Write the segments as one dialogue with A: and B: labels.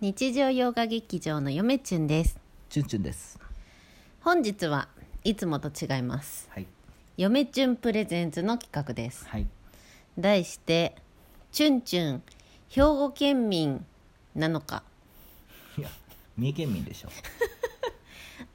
A: 日常洋画劇場のよめちゅんです
B: チュンチュンです。
A: 本日はいつもと違います
B: はい。
A: よめちゅんプレゼンツの企画です
B: はい。
A: 題してチュンチュン兵庫県民なのか
B: いや、三重県民でしょ。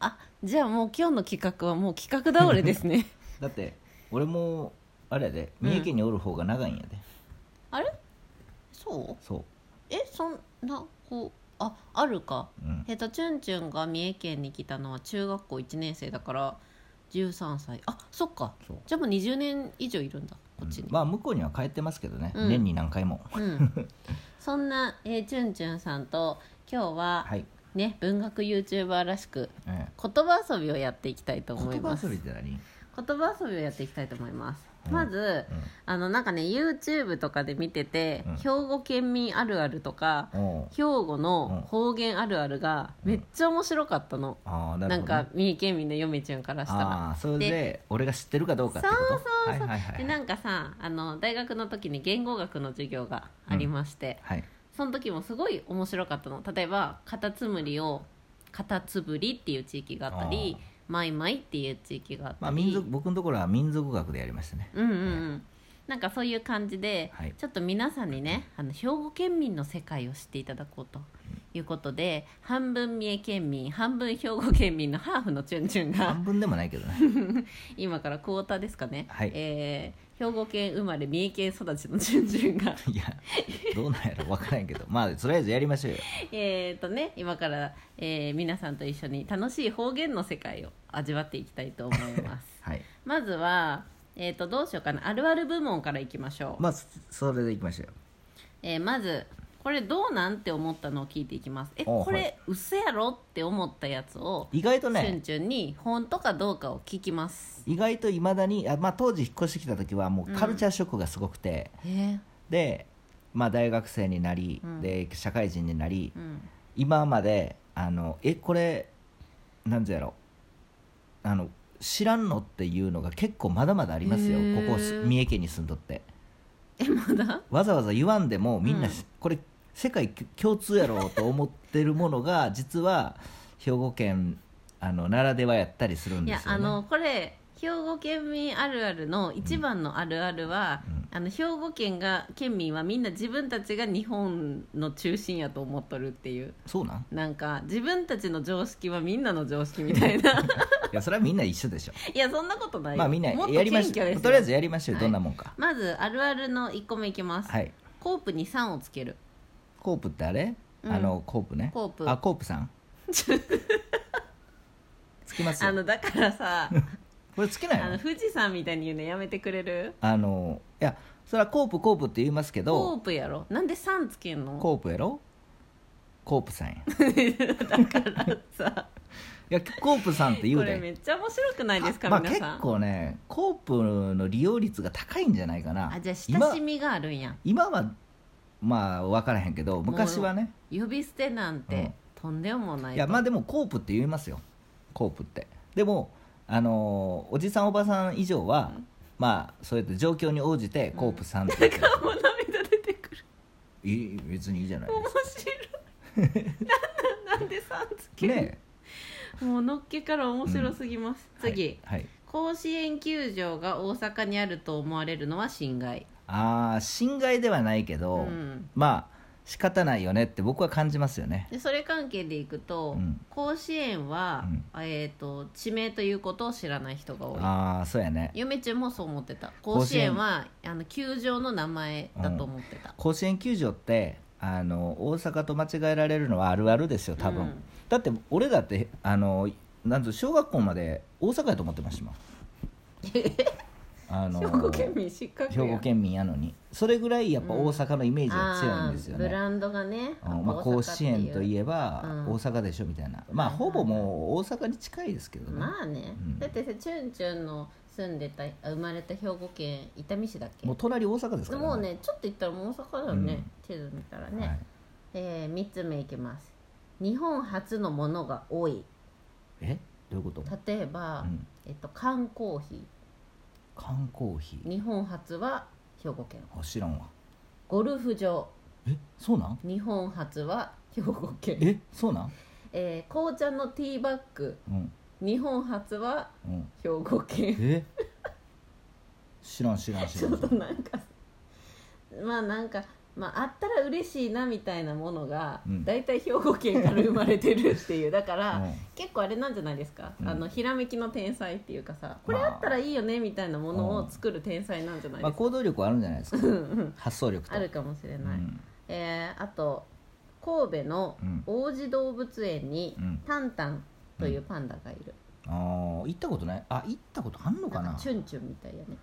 A: あじゃあもう今日の企画はもう企画倒れですね
B: だって、俺も、あれやで、三重県におる方が長いんやで。
A: あれそう
B: そ
A: えそんなこうああるか
B: う。うん。
A: えっとチュンチュンが三重県に来たのは中学校1年生だから13歳あそっか
B: そう
A: じゃあもう20年以上いるんだこっち
B: うん
A: に、
B: まあ、向こうには帰ってますけどね、
A: うん
B: 年に何回も。
A: うんそんな、えー、チュンチュンさんと今日は
B: はい。
A: ね、文学 YouTuber らしく
B: ええ
A: 言葉遊びをやっていきたいと思い
B: 言
A: ま
B: 葉
A: す
B: 遊びって何。
A: 言葉遊びをやっていきたいと思います、
B: うん
A: まず
B: う
A: あのなんかね YouTube とかで見てて、
B: うん
A: 兵庫県民あるあるとか
B: ん。おう
A: 兵庫の方言あるあるがめっちゃ面白かったの、
B: ああ、な
A: な
B: る
A: ん
B: ほど、ね。
A: か三重県民の嫁ちゃんからしたら
B: ああ、それで、俺が知ってるかどうかってこと。
A: そうそうそう、
B: はい、はい、はい。
A: でなんかさあの大学の時に言語学の授業がありまして、
B: はい。
A: その時もすごい面白かったの例えばカタツムリをカタツブリっていう地域があったり
B: あー
A: マイマイっていう地域があったり、
B: まあ、民族、僕のところは民族学でやりましたね。
A: うんうんうんなんかそういう感じで、
B: はい
A: ちょっと皆さんにねあの兵庫県民の世界を知っていただこうということで半分三重県民半分兵庫県民のハーフのチュンチュンが
B: 半分でもないけどね。
A: 今からクォーターですかね、
B: はい
A: えー兵庫県生まれ三重県育ちのチュンチュンが
B: いや、どうなんやろ、わからんけど、まあ、とりあえずやりましょうよ。
A: えーとね今から、えー皆さんと一緒に楽しい方言の世界を味わっていきたいと思います
B: はい。
A: まずは、えー、とどうしようかなあるある部門からいきましょう
B: まあ、そそれでいきましょうよ。
A: えーまずこれどうなんて思ったのを聞いていきますえ
B: おう
A: こ
B: は
A: れ
B: い
A: 嘘やろって思ったやつを
B: 意外と
A: チュン
B: ね
A: チュンに本当かどうかを聞きます
B: 意外といまだにあ、まあ、当時引っ越してきた時はもうカルチャーショックがすごくて、
A: え
B: で、まあ、大学生になり、
A: うん
B: で社会人になり、
A: うん
B: 今まであのえこれなんぞやろあの知らんのっていうのが結構まだまだありますよ
A: へー
B: ここす三重県に住んどって
A: えまだ
B: わざわざ言わんでもみんな、
A: うん
B: これ世界共通やろうと思ってるものが実は兵庫県あのならではやったりするん
A: い
B: で
A: や
B: すよ、ね、
A: あのこれ兵庫県民あるあるの一番のあるあるは、
B: うん
A: あの兵庫県が県民はみんな自分たちが日本の中心やと思っとるっていう
B: そうなん
A: なんか自分たちの常識はみんなの常識みたい な
B: いやそれはみんな一緒でしょ
A: いやそんなことないよ
B: まあみんな
A: もっと
B: やりまし
A: 謙虚ですよ
B: とりあえずやりましょう、
A: はい
B: どんなもんか
A: まずあるあるの1個目いきます、
B: はい
A: コープに3をつける
B: コープってあれ、
A: うん
B: あのコープね
A: コープ
B: あコー プさんつきます
A: あ
B: よ
A: のだからさ
B: これつけない
A: あの
B: の
A: 富士山みたいに言うのやめてくれる
B: あのいやそれはコープコープって言いますけ
A: コー
B: ど
A: プやろなんで3つけんの
B: コープやろコープさんや
A: さ
B: いやコープさんって言
A: こ
B: う
A: れ
B: で
A: めっちゃ面白くないですか
B: まあ
A: 皆
B: 結
A: さん、
B: 構ねコープの利用率が高いんじゃないかな
A: あじゃあ親しみがあるんや
B: 今今はまあ分からへんけど昔はね
A: 呼び捨てなんて、
B: うん
A: とんでもない
B: いやまあでもコープって言いますよコープってでもあのーおじさんおばさん以上は、まあそうやって状況に応じてコープさんって言って、
A: もう涙出てくる
B: いい別にいいじゃない
A: 面 白
B: で
A: いなんなんなんで3つ
B: す
A: け
B: か
A: んの、
B: ね
A: もうのっけから面白すぎます、次、
B: はい、はい
A: 甲子園球場が大阪にあると思われるのは侵害
B: ああ侵害ではないけ
A: う
B: ど、
A: ん
B: まあ仕方ないよねって僕は感じますよね
A: でそれ関係でいくと、
B: うん
A: 甲子園は、
B: うん
A: えー、と地名ということを知らない人が多い
B: ああそうやね
A: 嫁ちゃんもそう思ってた甲
B: 甲
A: 子
B: 子
A: 園
B: 園
A: はあの球場の名前だと思ってた、
B: 甲子園球場ってあの大阪と間違えられるのはあるあるですよ多分、
A: うん
B: だって俺だってあのなんぞ小学校まで大阪やと思ってましたもんあの
A: 兵庫県民失格
B: 兵庫県民やのにそれぐらいやっぱ大阪のイメージが強いんですよね、
A: あーブランドがね、
B: うんまあ、甲子園とい
A: え
B: えば
A: うん
B: 大阪でしょみたいな、まあほぼもう大阪に近いですけどね、
A: まあね、
B: うん
A: だってさチュンチュンの住んでたあ生まれた兵庫県伊丹市だっけ
B: もう隣大阪ですから
A: もうねちょっと行ったらもう大阪だよね、地図見たらね、
B: はい
A: えー、3つ目いきます日本初のものが多い
B: えどういうこと
A: 例えば、
B: うん
A: えっと、缶コーヒ
B: 缶コーヒ
A: ー日本初は兵庫県
B: ーあ知らんわ
A: ゴルフ場
B: えそうなん
A: 日本初は兵庫県
B: えそうなん
A: えー紅茶のティーバッグ
B: うん
A: 日本初は
B: うん
A: 兵庫県
B: え知らん知らん知
A: ち
B: ら
A: ょっと
B: ん
A: なんかまあなんか、まあ、あったら嬉しいなみたいなものが
B: うん
A: 大体、兵庫県から生まれてるっていうだから、
B: うん
A: 結構あれなんじゃないですか、
B: うん
A: あのひらめきの天才っていうかさこれあったらいいよねみたいなものを作る天才なんじゃない
B: ま
A: です
B: あ
A: か、
B: 行動力はあるんじゃないですか
A: うんうん
B: 発想力と
A: あるかもしれない、
B: うん
A: えーあと神戸の
B: うん
A: 王子動物園に
B: うん
A: タンタンというパンダがいる、
B: あー行ったことないあ行ったことあんのか
A: なん
B: な
A: かチュンチュンみたいやね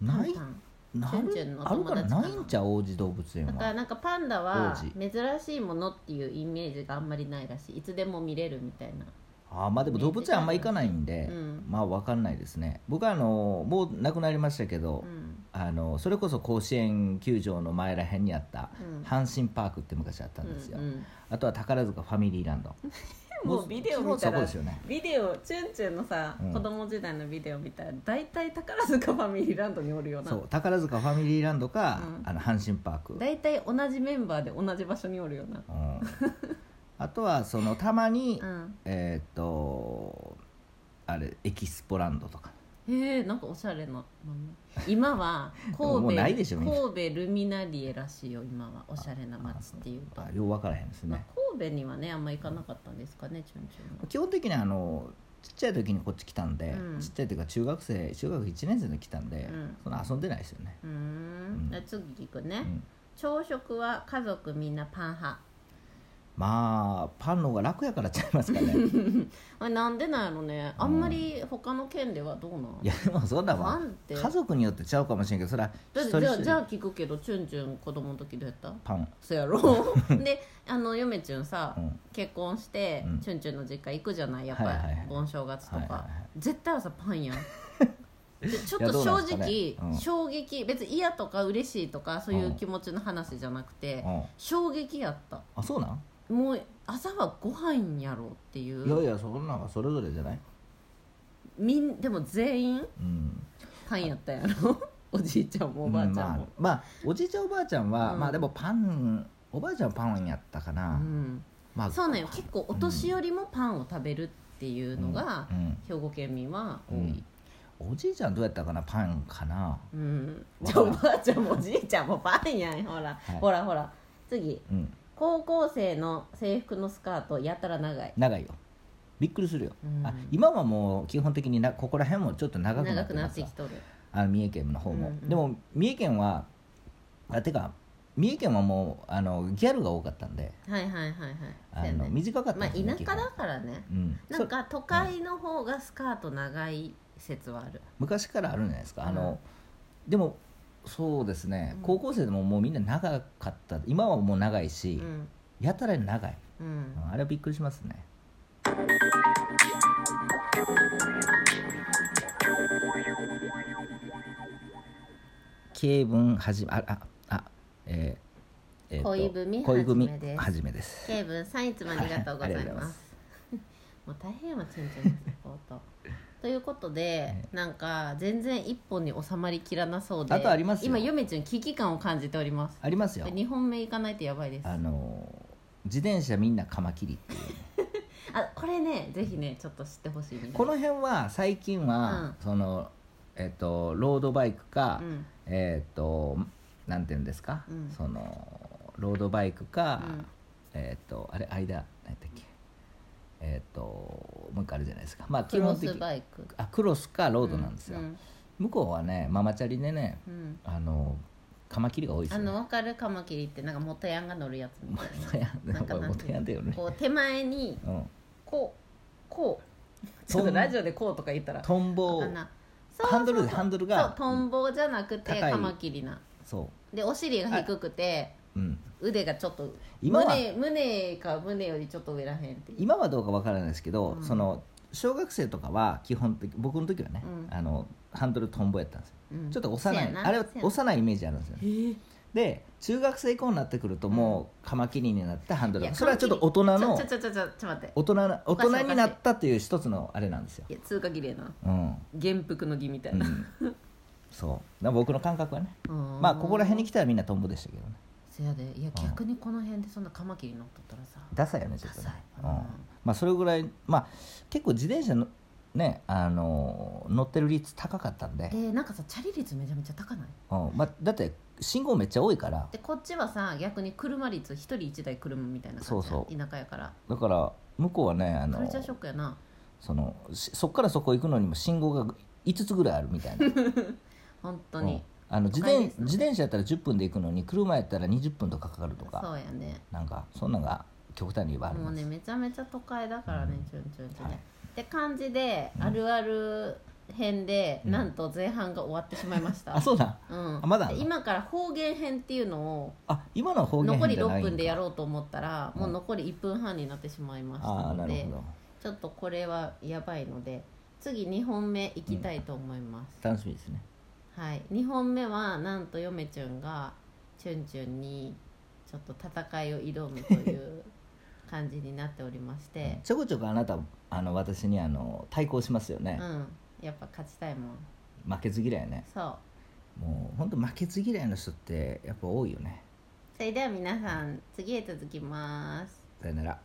A: タ
B: ない
A: ンタン
B: な
A: チュンチュン
B: る
A: の
B: ある
A: 友
B: か
A: 達
B: ら
A: かな
B: ないんちゃう王子動物園
A: だから
B: は
A: なんかパンダは
B: 王
A: 珍しいものっていうイメージがあんまりないらしいいつでも見れるみたいな
B: あーまあでも動物園あんま行かないんで、
A: うん
B: まあわかんないですね僕はあのもう亡くなりましたけど、
A: うん
B: あのそれこそ甲子園球場の前らへんにあった
A: うん
B: 阪神パークって昔あったんですよ、
A: うんうん
B: あとは宝塚ファミリーランド
A: もうビデオ見た
B: そこ
A: ら
B: ですよね
A: ビデオチュンチュンのさ、
B: うん
A: 子供時代のビデオ見たら大体宝塚ファミリーランドにおるような
B: そう宝塚ファミリーランドか、
A: うん
B: あの阪神パーク、うん、
A: 大体同じメンバーで同じ場所におるような
B: あとはそのたまに、
A: うん
B: えーっとあれエキスポランドとか
A: へえんかおしゃれな名前今は
B: ももう
A: 神
B: ないでし
A: 戸
B: ょみんな
A: 神戸ルミナリエらしいよ今はおしゃれな街っていうと
B: あよう分からへんです
A: まあ
B: ね、
A: 神戸にはねあんま行かなかったんですかねチュンチ
B: 基本的にあのちっちゃい時にこっち来たんで、
A: うん
B: ちっちゃいというか中学生中学1年生で来たんで、
A: うん
B: そんな遊んでないですよね、
A: ュンはうーんじゃあ次行くね、
B: うん
A: 朝食は家族みんなパン派
B: まあパンの方が楽やからちゃいますかね
A: あれなんでなんやろねあんまり他の県ではどうなん
B: いやでもそんなも
A: パンっ
B: ん
A: て
B: 家族によってちゃうかもしれんけどそれは
A: だっ
B: 一
A: て
B: 人
A: じゃ
B: 一
A: あじゃ
B: 人
A: あ聞くけどチュンチュン子供の時どうや った
B: パン
A: そやろであの嫁チュンさ、
B: うん
A: 結婚して、
B: うん
A: チュンチュンの実家行くじゃないやっぱり、
B: はいはいはい
A: 盆正月とか、
B: はいはいはい
A: 絶対朝パン やんでちょっ
B: いやど
A: と
B: うな
A: 正
B: んですかね
A: 直、
B: うん
A: 衝撃別に嫌とか嬉しいとかそういう気持ちの話じゃなくて、
B: うん
A: 衝撃やった
B: あそうなん、
A: もう朝はご飯やろっていう
B: いやいやそんなんはそれぞれじゃない
A: みんでも全員
B: うん
A: パンやったやろ おじいちゃんもおばあちゃん
B: う
A: も、
B: んまあ、まあおじいちゃんおばあちゃんは、
A: うん
B: まあでもパンおばあちゃんはパンやったか
A: う
B: な、
A: ん
B: まあ
A: そうなんよ結構お年寄りもパンを食べるっていうのが、
B: うん
A: 兵庫県民は多
B: う
A: い、
B: んおじいちゃんどうやったかなパンかな
A: うん、
B: わ
A: じ
B: か
A: ゃあ
B: ら
A: お
B: ん
A: ばあちゃんもおじいちゃんもパンやんほら、
B: い
A: ほらほら次
B: うん
A: 高校生の制服のスカートやたら長い
B: 長いよびっくりするよ、
A: うん
B: あ今はもう基本的になここら辺もちょっと長くな
A: 長
B: って
A: くな
B: ま
A: っ
B: す
A: て
B: わ
A: きとる
B: あの三重県の方も、
A: うんうん
B: でも三重県はあてか三重県はもうあのギャルが多かったんで
A: はいはいはいはい
B: あ
A: そうや
B: の、
A: ね
B: 短かったん
A: まあ
B: です
A: 田
B: よ
A: 舎
B: 基本
A: だからね
B: うん、
A: なん
B: それ
A: か都会の方がスカート長い説はある
B: 昔からあるんじゃないですかあの、でもそうですね、高校生でももうみんな長かった今はもう長いし
A: う、ん
B: やたら長い
A: うん
B: あれはびっくりしますね軽文はじめあああえーえーと
A: 恋文
B: 恋文
A: はじめです
B: は
A: ケイ
B: じめです
A: ブンさんいつもありがとうござい
B: はいあり
A: ま
B: がとうございます
A: もう大変はチンチンのサポー トということでなんか全然一本に収まりきらなそうで
B: あとありますよ
A: 今ヨメちゃん危機感を感じております
B: ありますよ
A: 2本目行かないとやばいです
B: あ
A: あ
B: のー自転車みんなカマキリっていう
A: これねぜひねちょっと知ってほしいみんな
B: この辺は最近は、そのえっ、とロードバイクか、
A: うん
B: えっ、となんていうんですか、
A: うん
B: そのロードバイクか、
A: うん
B: えっ、とあれ間何やったっけえっ、ともう一個あるじゃないですかまあ
A: ク
B: 基
A: ロ
B: 本的
A: スバイク
B: あクロスかロードなんですよ、
A: うん
B: 向こうはねママチャリでね
A: うんうん
B: あのカマキリが多いです
A: あ
B: よ、
A: の
B: ね、
A: 分かるカマキリってなんか元ヤンが乗るやつみたい
B: 元ヤン
A: ななんかなんてい
B: 元ヤンだ
A: う
B: よ
A: の
B: ね
A: こう手前に
B: うん
A: こうこうちょっとラジオでこうとか言ったら
B: トンボ
A: かなそう
B: ハンドルハンドル
A: そう
B: が
A: トンボじゃなくて
B: 高い
A: カマキリな
B: そ
A: でお尻が低くて
B: ううん
A: 腕がちょっと
B: 今は
A: 胸胸か胸よりちょっと上らへんっていう
B: 今はどうかわからないですけど、
A: うん
B: その小学生とかは基本的僕の時はね、
A: うん
B: あのハンドルトンボやったんですよ、
A: うん
B: ちょっと幼
A: せや
B: い
A: な
B: あれは
A: せやな
B: 幼いイメージあるんですよねで中学生以降になってくるともうカマキリになってハンド
A: い
B: ル
A: や
B: がそれはちょっと大人の
A: ちょちょちょちょちょちょ待って
B: 大人の
A: お
B: 大
A: かしい
B: 人になったっていう一つのあれなんですよ
A: いや通過儀礼な
B: うん、
A: 元服の儀みたいうな、
B: ん、そうだから僕の感覚はね
A: うん
B: まあここら辺に来たらみんなトンボでしたけどね
A: せせやでいや逆にこの辺でそんなカマキリ乗っとったらさ
B: ダサいよねちょっとね
A: ダサい
B: うん
A: うん
B: まあそれぐらいまあ結構自転車のねあのー乗ってる率高かったんで、
A: えー、なんかさチャリ率めちゃめちゃ高ない
B: うんまあ、だって信号めっちゃ多いから
A: でこっちはさ逆に車率一人一台車みたいな感じや
B: そうそう
A: 田舎やから
B: だから向こうはねあ
A: カ
B: の
A: ルチャーショックやな
B: そのしそっからそこ行くのにも信号が5つぐらいあるみたい な
A: 本当
B: うん
A: に
B: あの自
A: 都会
B: 転
A: ですね
B: 自転車やったら10分で行くのに車やったら20分とかかかると
A: そ
B: か
A: うやね
B: なんかそんなのが極端に言えばあり
A: もう
B: ます
A: ねめちゃめちゃ都会だからねちょんちょんちょん
B: は
A: ね
B: い
A: って感じで、
B: うん
A: あるある編で、
B: うん
A: なんと前半が終わってしまいました
B: あそうだ
A: うん
B: あまだあんの
A: で今から方言編っていうのを
B: あ今のは方言
A: 残
B: 編
A: り
B: じゃな
A: 6
B: いんか
A: 分でやろうと思ったら、
B: うん
A: もう残り1分半になってしまいました
B: ああな
A: の
B: る
A: で
B: ほど
A: ちょっとこれはやばいので次2本目いきたいと思います、
B: 楽しみですね
A: はい、2本目はなんと嫁ちゅんがチュンチュンにちょっと戦いを挑むという感じになっておりまして
B: ちょこちょこあなたあの私にあの対抗しますよね
A: う、んやっぱ勝ちたいもん
B: 負けず嫌いね
A: そう
B: もう本当負けず嫌いの人ってやっぱ多いよね
A: それでは皆さん次へ続きます
B: さよなら